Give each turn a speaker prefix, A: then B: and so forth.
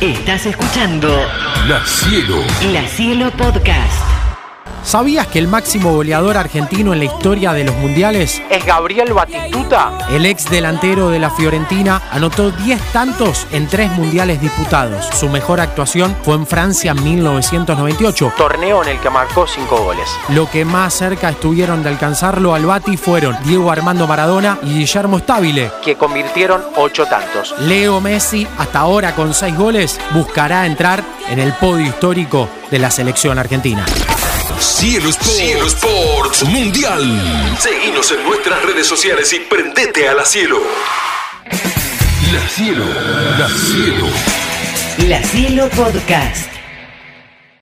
A: Estás escuchando
B: La Cielo.
A: La Cielo Podcast.
C: ¿Sabías que el máximo goleador argentino en la historia de los mundiales,
D: es Gabriel Batistuta.
C: el ex delantero de la Fiorentina, anotó 10 tantos en 3 mundiales disputados? Su mejor actuación fue en Francia en 1998.
D: Torneo en el que marcó 5 goles.
C: Lo que más cerca estuvieron de alcanzarlo al Bati fueron Diego Armando Maradona y Guillermo Stabile.
D: Que convirtieron 8 tantos.
C: Leo Messi, hasta ahora con 6 goles, buscará entrar en el podio histórico de la selección argentina.
B: Cielo Sports. Cielo Sports Mundial. Seguinos en nuestras redes sociales y prendete a la cielo. La cielo. La cielo.
A: La Cielo Podcast.